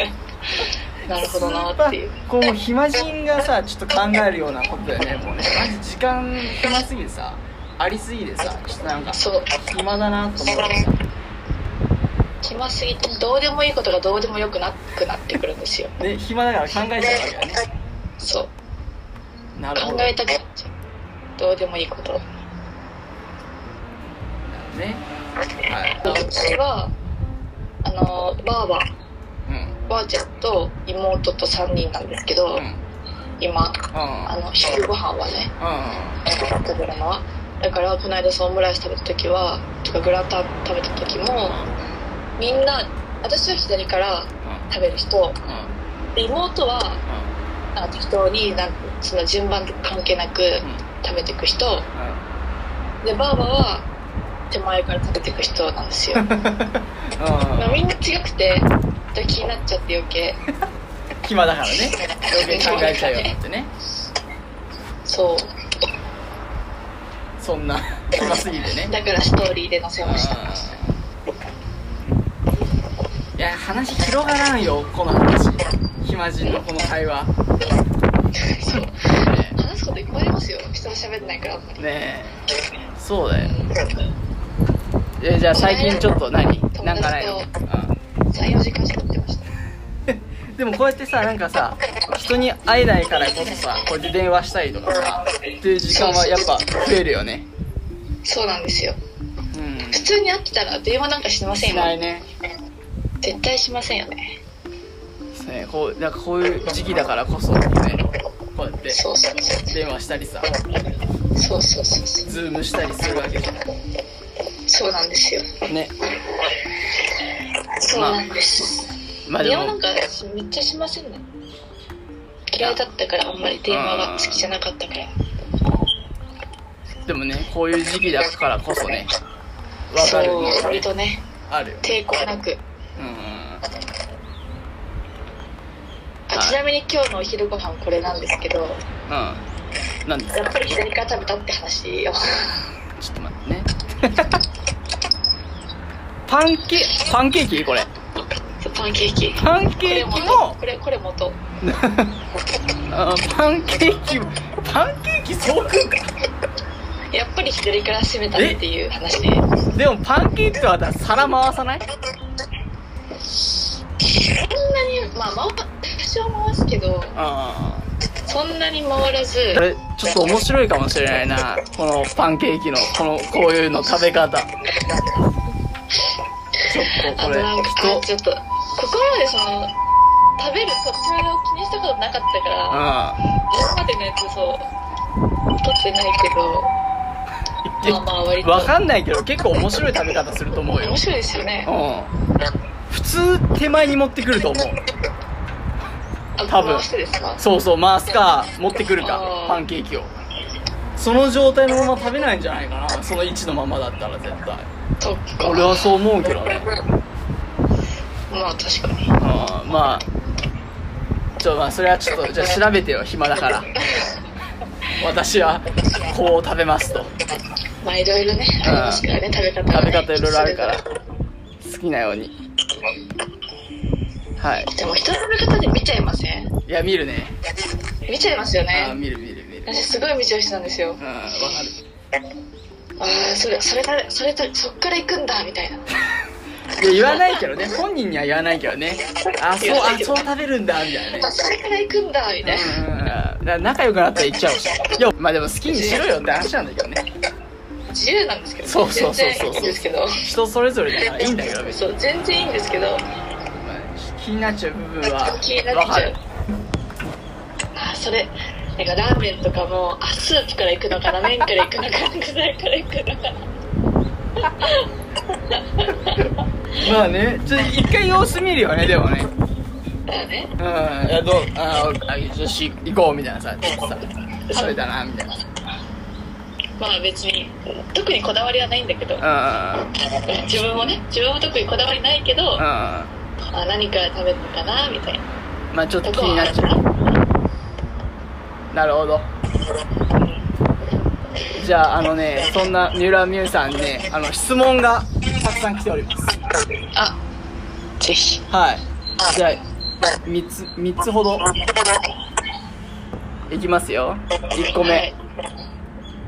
S2: なるほどなっていう
S1: こう暇人がさちょっと考えるようなことだよねもうねマジ時間暇すぎてさありすぎてさちょっとなんか
S2: そう
S1: 暇だなと思ってさ
S2: 暇すぎてどうでもいいことがどうでもよくなくなってくるんですよ
S1: ね暇だから考えちゃうわけだね
S2: そう
S1: なるほ
S2: 考
S1: ど
S2: えたくなっちゃうどうでもいいこと
S1: ねはい
S2: 私はあのばあば
S1: うん
S2: ばあちゃんと妹と3人なんですけ
S1: う
S2: ど、
S1: んうん
S2: 今
S1: うん
S2: あの昼ご飯はね
S1: うん
S2: 食べるのはだからこの間そのオムライス食べた時はとかグラタン食べた時もみんな私は左から食べる人で妹はなんか適当になんかその順番とか関係なく食べていく人でばあばは手前から食べていく人なんですよまあみんな違くて気になっちゃって余計
S1: 暇だからね余計考えちゃうようになってね
S2: そう
S1: そんな暇すぎてね
S2: だからストーリーで載せました
S1: いや話広がらんよこの話暇人のこの会話
S2: そう話すこといっぱいありますよ人と喋んないからあんまり
S1: ねねえそうだよえじゃあ最近ちょっと何なんかないの、
S2: 34時間喋ってまし
S1: う
S2: た
S1: ん、で もこうやってさなんかさ人に会えないからこそさこうやって電話したりとかさっていう時間はやっぱ増えるよね
S2: そうなんですよ
S1: うん
S2: 普通に会ってたら電話なんかしません
S1: し
S2: よ
S1: ないね
S2: 絶対しませんよね
S1: そうねこうなんかこういう時期だからこそねこうやって
S2: そうそうそう
S1: 電話したりさ
S2: そうそうそうそう
S1: ズームしたりするわけじゃん
S2: そうなんですよ
S1: ね
S2: そうなんです、
S1: まあで
S2: 電話な
S1: も
S2: んかめっちゃしませんね嫌いだったからあんまり電話が好きじゃなかったから
S1: でもねこういう時期だからこそねわかる
S2: そう割とね
S1: あるよ
S2: 抵抗なく
S1: うん
S2: あ
S1: はい
S2: ちなみに今日のお昼ご飯これなんですけど
S1: うんなんです
S2: や
S1: か
S2: っぱり左から食べたって話を
S1: ちょっと待ってね パンケパンケーキこれ
S2: そうパンケーキこ
S1: パンケ
S2: れ
S1: ーキ
S2: 元
S1: も
S2: これこれ元
S1: あパンケーキパンケーキそう食うか
S2: やっぱり左から攻めたっていう話で
S1: でもパンケーキとはだ皿回さない
S2: そんなにまあ回多少回すけど
S1: あ
S2: そんなに回らず
S1: これちょっと面白いかもしれないなこのパンケーキのこのこういうの食べ方ちょっと
S2: あ
S1: こ
S2: の
S1: れ
S2: なんか
S1: 人
S2: ちょっとここまでその食べる途中を気にしたことなかったから
S1: う
S2: 今までのやつそう取ってないけど
S1: ん
S2: まあまあ割と
S1: わかんないけど結構面白い食べ方すると思うよ
S2: 面白いですよね
S1: うん普通手前に持ってくると思う
S2: あ
S1: 多分
S2: 回してですか
S1: そうそう回すか持ってくるか
S2: あー
S1: パンケーキをその状態のまま食べないんじゃないかなその位置のままだったら絶対
S2: そっか
S1: 俺はそう思うけどね
S2: まあ確かに
S1: あーまあちょまあそれはちょっとじゃあ調べてよ暇だから私はこう食べますと
S2: まあいろいろねありますからね食べ方は
S1: 食べ
S2: ね
S1: 方いろいろあるから
S2: それぞ
S1: 好きなようにはい
S2: れでも人の食べ方で見ちゃいません
S1: いや見るね
S2: 見ちゃいますよ
S1: あー
S2: ね
S1: 見る見る見る
S2: 私すごい見ちゃう人なんですよ
S1: うんわか
S2: ああそれそれだそれだそっから行くんだみたいな
S1: るいや言わないけどね本人には言わないけどねあそうあそう食べるんだみたいなね
S2: あそれから行くんだみたいな
S1: うんうんうん仲良くなったら行っちゃうしいやまあでも好きにしろよって話なんだけどね
S2: 自由なんですけど
S1: そうそうそうそう
S2: 全然いいんですけど
S1: 人それぞれだからいいんだけど別に、
S2: そう全然いいんですけど
S1: まあ気になっちゃう部分は
S2: 気にな
S1: わ
S2: っ
S1: か
S2: ちゃ
S1: る
S2: うあそれなんかラーメンとかもあスープから行くのかな麺から行くのかな具材から行くのかな
S1: まあねちょっと一回様子見るよねでもね
S2: だよね
S1: うんいやどうああよし行こうみたいなさちょっとさ食べたなみたい
S2: まあ別に特にこだわりはないんだけど
S1: なうん
S2: 自分もね自分も特にこだわりないけど
S1: うん
S2: あ
S1: ま
S2: 何から食べるのかなみたいな
S1: あちょっと
S2: と
S1: 気
S2: こ
S1: に
S2: は
S1: なっちゃうなるほどじゃああのねそんな三浦美優さんねあの質問がたくさん来ております
S2: あぜひ
S1: はいじゃあ3つ三つほどいきますよ1個目、
S2: はい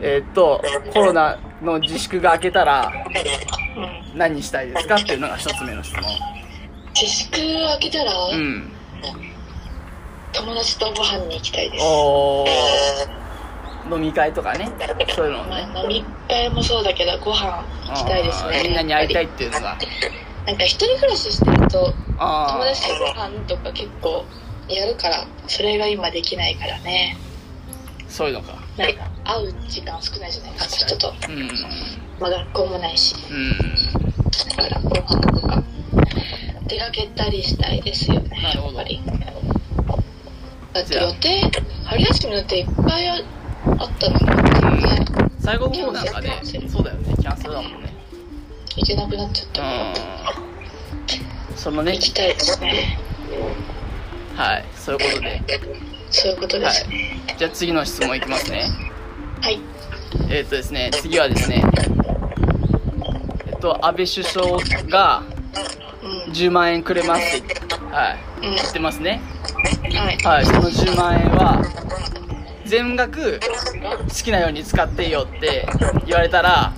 S1: えーっとコロナの自粛が明けたら
S2: うん
S1: 何したいですかっていうのが1つ目の質問
S2: 自粛を開けたら、
S1: うん
S2: 友達とご飯に行きたいです
S1: おー飲み会とかねそういうのをね
S2: まあ飲み会もそうだけどご飯行きたいです
S1: あ
S2: ね
S1: ーみんなに会いたいっ
S2: やっぱ
S1: ていうのが
S2: りなんか一人暮らししてると友
S1: あ
S2: 達とご飯とか結構やるからそれが今できないからね
S1: ーそういうのか
S2: なんか会う時間少ないじゃないですか人と、
S1: うんうん
S2: まあ、学校もないしだからご飯とか出かけたりしたいですよね
S1: なる
S2: や
S1: ほ
S2: っ
S1: ど
S2: ぱりだって
S1: じゃあ
S2: 予定春休みの予定いっぱいあったのに全然
S1: 最後の方なんかねそうだよねキャンセルだもんね
S2: 行けなくなっちゃったから
S1: うんそのね
S2: 行きたいですね
S1: はいそういうことで
S2: そういうことで
S1: は
S2: すね
S1: いじゃあ次の質問いきますね
S2: はい
S1: えっ、とですね、次はですね、えっと、安倍首相が
S2: うん
S1: 10万円くれますって言って,、はい、
S2: うん
S1: 言ってますね。
S2: はい
S1: はい、その10万円は、全額好きなように使っていいよって言われたら、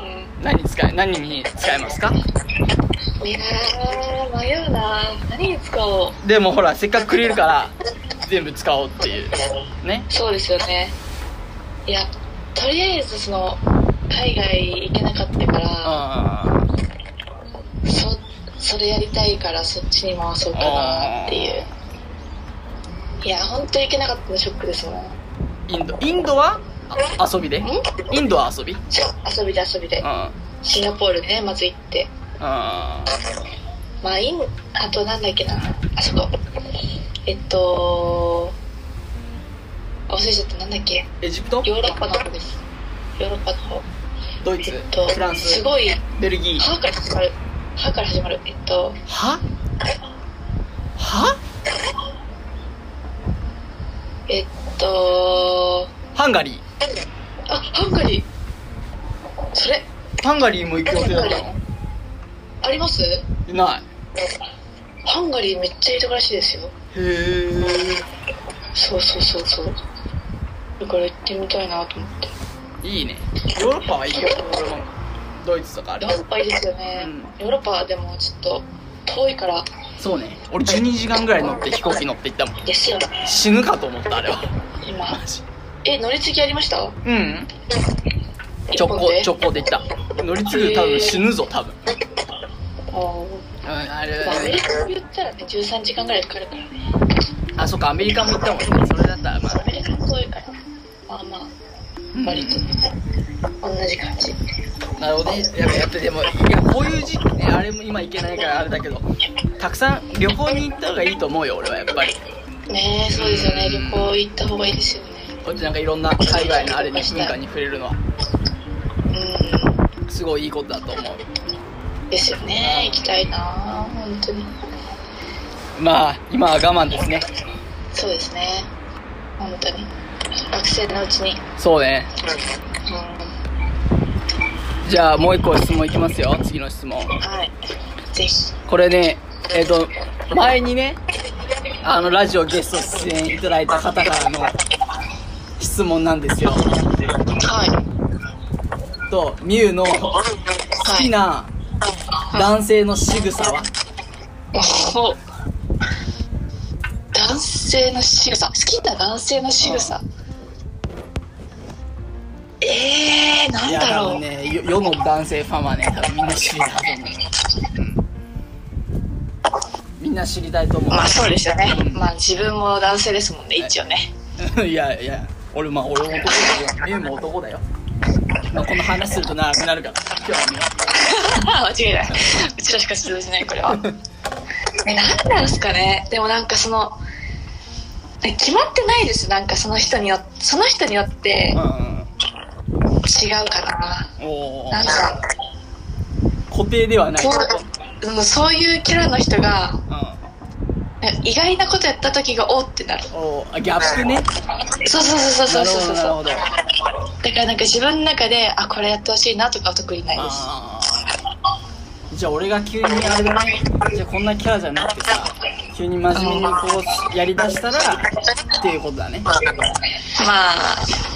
S2: うん
S1: 何に使え、何に使えますか
S2: いやー迷うな何に使おう
S1: でもほら、せっかくくれるから、全部使おうっていう。ね。
S2: そうですよねいやとりあえずその海外行けなかったから
S1: あ
S2: そそれやりたいからそっちに回そうかなっていういや本当行けなかったのショックですもんん
S1: ーインド、インドはあ遊びでインドは遊びうん。
S2: 遊びで遊びで
S1: うん。
S2: シンガポールねまず行ってまあインあとなんだっけなあそこえっと忘れちゃったなんだっけ
S1: エジプト
S2: ヨーロッパの方ですヨーロッパの方
S1: ドイ
S2: え
S1: ツ、
S2: っと
S1: フランス
S2: すごい
S1: ベルギー
S2: 歯から始まる歯から始まるえっと
S1: はは
S2: えっと
S1: ハンガリー
S2: あハンガリーそれ
S1: ハンガリーも行く予定だったの
S2: あります
S1: いない
S2: ハンガリーめっちゃいいとこらしいですよ
S1: へえ
S2: そうそうそうそうだから行ってみたいなと思って
S1: いいねヨーロッパはいいよ俺もドイツとかあれ
S2: ヨーロッパいいですよね、
S1: うん
S2: ヨーロッパはでもちょっと遠いから
S1: そうね俺12時間ぐらい乗って飛行機乗って行ったもん
S2: ですよね
S1: 死ぬかと思ったあれは
S2: 今
S1: マジ
S2: え乗り継ぎありました
S1: うん直行直行で行った乗り継ぐ多分死ぬぞ多分
S2: 行
S1: うんあれ
S2: アメリカで言ったらね13時間ぐらいかかるからね
S1: あそっかアメリカも行ったもんねそれだったらま
S2: ア
S1: あ
S2: メリカも遠いからまあまあ
S1: うん
S2: 割と同じ感じ
S1: なるほどねやっぱやっぱでもいやこういう時期ねあれも今行けないからあれだけどたくさん旅行に行った方がいいと思うよ俺はやっぱり
S2: ねえそうですよね旅行行った方がいいですよね
S1: こうやってなんかいろんな海外のあれに文化に触れるのは
S2: う
S1: すごいいいことだと思
S2: んですよね行きたいな本当に
S1: うまあ今は我慢ですね
S2: そうですね本当に学生のうちに
S1: そうね
S2: うん
S1: じゃあもう一個質問いきますよ次の質問
S2: はいぜひ
S1: これねえっ、と前にねあのラジオゲスト出演いただいた方からの質問なんですよ
S2: はい
S1: とミュウの好
S2: は
S1: き
S2: い
S1: な男性の仕草は
S2: お男性の仕草好きな男性の仕草えー、ないん
S1: や
S2: だ
S1: 多
S2: ろう、
S1: 分ねよ世の男性ファンはね多分みんな知りたいと思う、うん、みんな知りたいと思う
S2: まあそうですよね
S1: うん
S2: まあ自分も男性ですもんね一応ね
S1: いやいや、俺まあ俺も男だよ。メも男だよ。まあこの話すると長くなるから、今日はやめよ
S2: 間違いないうちらしか出場しないこれはえ何なんですかねでもなんかそのえ決まってないですなんかその人によその人によって違うかな
S1: う。うんうん。おお。
S2: なんか
S1: 固定ではない。
S2: こ
S1: う
S2: ううんそういうキャラの人が
S1: ん。
S2: なんか意外なことやった時がおーってなる
S1: おーあギャップね。
S2: そうそうそうそう
S1: なる
S2: そう
S1: ほ
S2: そ
S1: ど
S2: う
S1: なる
S2: そ
S1: ほ
S2: う
S1: ど。
S2: だからなんか自分の中であこれやってほしいなとかは特にないです
S1: あーじゃあ俺が急にあれだね。じゃあこんなキャラじゃなくてさ、急に真面目にこうやりだしたらっていうことだね。
S2: まあ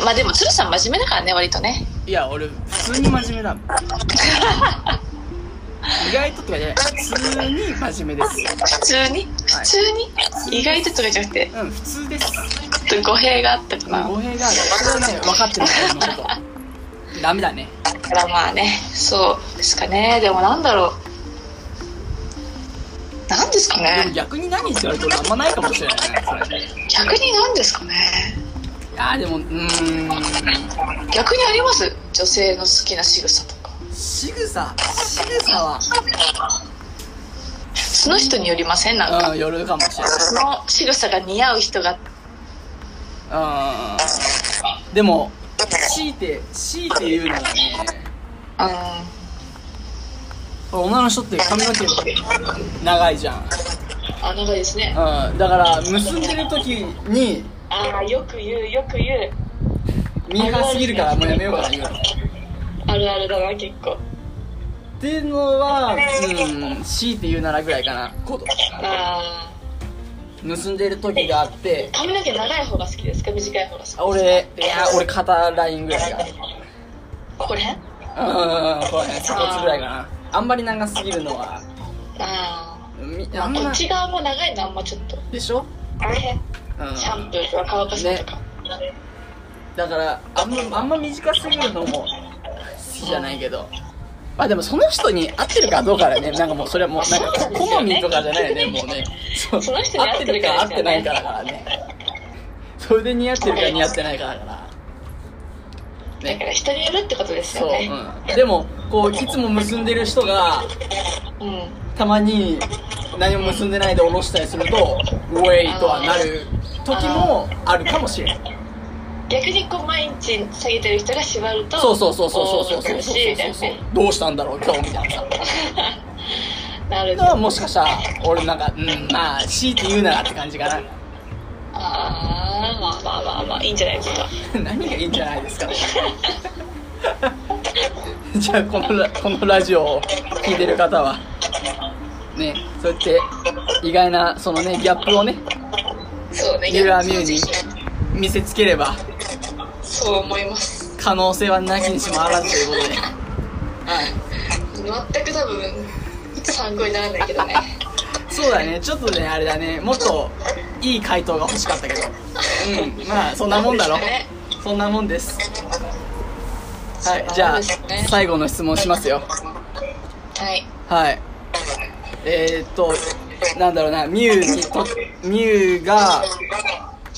S2: まあでも鶴さん真面目だからね割とね
S1: いや俺普通に真面目だもん。意外ととかじゃない。普通に真面目です。
S2: 普通に普通に意外ととかじゃなくて
S1: うん、普通です。
S2: ちょっと語弊があったかな
S1: 語弊がある。それはね、分かってるから、このこと。ダメだね。
S2: だからまあねそうですかねでもなんだろうなんですか
S1: でも
S2: ね
S1: 逆に何って言われてもあんまないかもしれないね、それ。い
S2: 逆になんですかね
S1: やーでも、うー
S2: 逆にあります女性の好きな仕草とか
S1: ん。仕草、仕草は、
S2: その人によりませんなんか
S1: うん、寄るかもしれない。
S2: その仕草が似合う人が
S1: うん。でも、強いて、強いて言うのはね、
S2: うん
S1: 女の人って髪の毛長いじゃん。
S2: あ長いですね
S1: うん。だから、結んでる時に、
S2: ああよく言うよく言う
S1: ミーハーすぎるからもうやめようかな、今。
S2: あるあるだな結構
S1: っていうのは、うん、強いて言うならぐらいかな。こと。
S2: あ
S1: 結んでる時があって
S2: ー髪の毛長い方が好きですか短い方が好きです
S1: あ俺いや俺肩ラインぐらいが
S2: ここら辺
S1: うんそうね鎖骨ぐらいかなあんまり長すぎるのは
S2: あ
S1: み
S2: ー
S1: あ
S2: ま
S1: ん
S2: あこ
S1: ま
S2: っち側も長いのあんまちょっと
S1: でしょ
S2: あれ
S1: うん
S2: シャンプーとか乾かすのとか、
S1: だからあんまあんま短すぎるのも好きじゃないけどまあでもその人に合ってるかどうかだよねなんかもうそれはもうなんか
S2: そう
S1: 好
S2: なんで
S1: み
S2: すよね
S1: とかじゃないよねもうねそう
S2: その人に合ってるか
S1: 合ってないからからねそれで似合ってるか似合ってないかだから
S2: だから人によるってことです
S1: そう、
S2: よね
S1: うん、でもこういつも結んでる人が
S2: うん、
S1: たまに何も結んでないで下ろしたりするとウェイとはなる時もあるかもしれない
S2: 逆にこう毎日下げてる人が縛ると
S1: そうそうそうそうそうそうそうそう
S2: 苦
S1: そ
S2: しいみたいうな
S1: そう
S2: ね
S1: どうしたんだろう今日みたいな
S2: なる
S1: だから
S2: ほど
S1: もしかしたら俺なんかうんまあ強いて言うならって感じかな
S2: ああまあまあまあまあいいんじゃないです か
S1: 何がいいんじゃないですかじゃあこのラこのラジオを聞いてる方はねそうやって意外なそのねギャップをね
S2: そうね
S1: ユーラーミューに見せつければ
S2: そう思います
S1: 可能性はなきにしもあらずということではい
S2: 全く多分参考にならないけ どね
S1: そうだね、ちょっとね、あれだね、もっといい回答が欲しかったけど。うん、まあ、そんなもんだろ
S2: そうですね。
S1: そんなもんです。はい、じゃあ、
S2: そうですね
S1: 最後の質問しますよ。
S2: はい
S1: はい。えー、っと、なんだろうな、ミュウにと、ミュウが、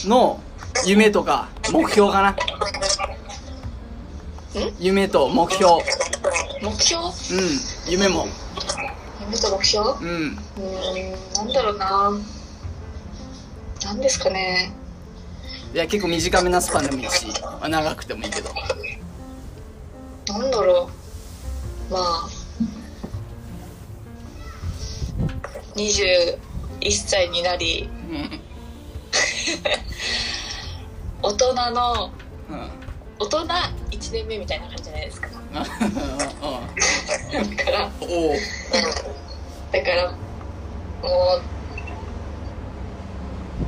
S1: の夢とか目標かな。夢と目標。
S2: 目標
S1: うん、夢も。
S2: 夢と目標
S1: うん。
S2: うーんなんだろうななんですかね
S1: いや、結構短めなスパンでもいいし、まあ長くてもいいけど。
S2: なんだろうまあ21歳になり
S1: うん。
S2: 大人の
S1: うん。
S2: 大人1年目みたいな感じじゃないですか だ
S1: うん
S2: から
S1: おお
S2: だからも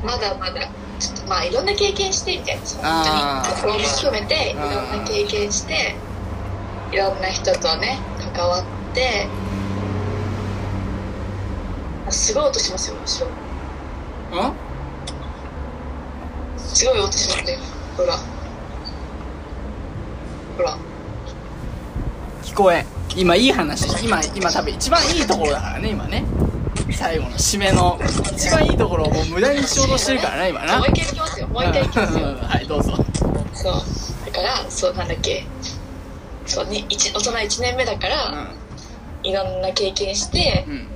S2: うまだまだちょっとまあいろんな経験してみたいな
S1: あー
S2: 本当に学校も含めていろんな経験していろんな人とね関わってあすごい音しますよ後ろ
S1: うん
S2: すごい音しますよほらほら
S1: 聞こえん今いい話今今多分一番いいところだからね今ね最後の締めの一番いいところをもう無駄にしようとしてるからね今な
S2: もう一回行きますよもう一回行きますよ、
S1: うんはいどうぞ
S2: そうだからそうなんだっけそうに一大人1年目だから、
S1: う
S2: いろんな経験して、
S1: んうん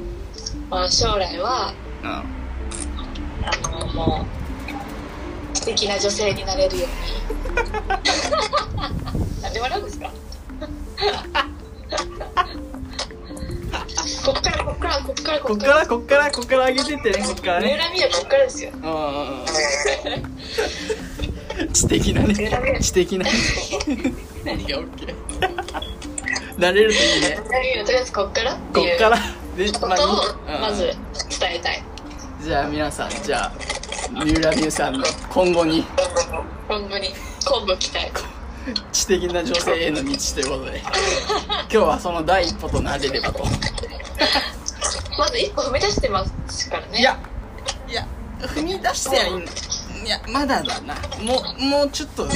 S2: まあ、将来は
S1: うん
S2: あのもう素敵な女性になれるように なんで笑うんですか こっからこっからこっからこ
S1: こ
S2: っ
S1: っ
S2: か
S1: から
S2: ら
S1: こっからこっから上げてってねこっから
S2: 三
S1: ね
S2: 浦美代こっからですよ
S1: うんうんうん知的なね知的な何が OK なれるといいね
S2: 三浦美代とりあえずこっからって
S1: こ
S2: い
S1: っ
S2: う
S1: からで
S2: こと
S1: う
S2: を
S1: ん
S2: まず伝えたい
S1: じゃあ皆さんじゃあ三浦美優さんの今後に
S2: 今後に今後期待
S1: 知的な女性への道ということ で今日はその第一歩となれればと
S2: まず一歩踏み出してますからね
S1: いやいや踏み出してはいいんいやまだだなもうもうちょっとか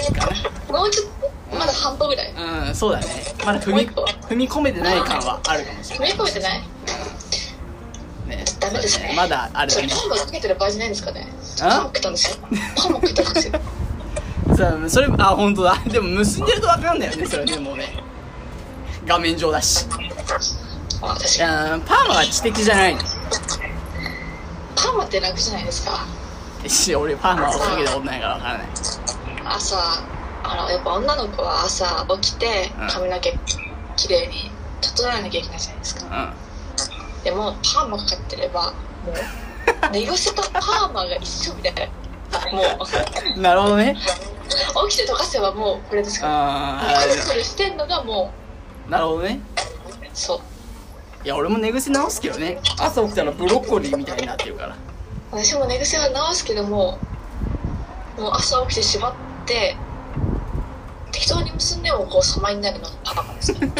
S2: もうちょっとまだ半歩ぐらい
S1: なうんそうだねまだ踏み踏み込めてない感はあるかもしれ
S2: 踏み込めてな
S1: な
S2: い
S1: いね
S2: ダメですね
S1: まだあれ
S2: そ
S1: だ
S2: れ
S1: ね
S2: パンもかけてる場合じゃないんですかね
S1: あ
S2: パンも食ったんですよパンも食った んですよ
S1: さあそれあ本当だ でも結んでるとわかんないよねそれねもうね画面上だし
S2: あ私
S1: いやーパーマは知的じゃないの
S2: パンもって楽じゃないですか
S1: し俺パーマをかけたことないからわからない
S2: 朝あのやっぱ女の子は朝起きて
S1: うん
S2: 髪の毛綺麗に整えなきゃいけないじゃないですかでもパンもかかってればもう寝癖とパーマが一緒みたいなも う
S1: うんなるほどね
S2: 起きて溶かせばもうこれですから
S1: あ
S2: くるくるしてんのがも
S1: ーなるほどね
S2: うそう
S1: いや俺も寝癖直すけどね朝起きたらブロッコリーみたいになってるから
S2: 私も寝癖は直すけどももう朝起きてしまって適当に結んでもこう様になるのがパパですね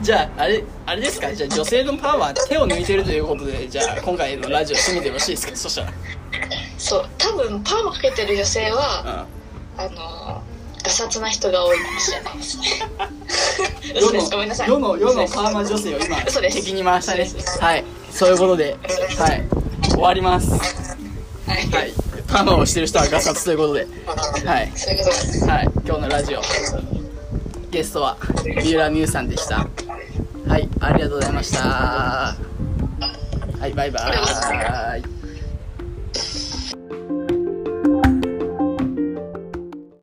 S1: じゃああれあれですかじゃあ女性のパーマは手を抜いてるということでじゃあ今回のラジオしてみてよろしいですかそした
S2: そう多分パーマかけてる女性は
S1: ら
S2: あのーガサツな人が多いかもしれないで すね
S1: うん
S2: 嘘ですごめんなさい
S1: 世の世の
S2: 嘘
S1: パーマ女性を今
S2: 嘘です
S1: 敵に回したね
S2: 嘘です
S1: はいそういうことではい終わります
S2: ですは
S1: はいいパーマをしてる人はガサツということではい
S2: そういうことです
S1: はい、今日のラジオゲストは三浦美優さんでした。はい、ありがとうございました。はい、バイバーイ。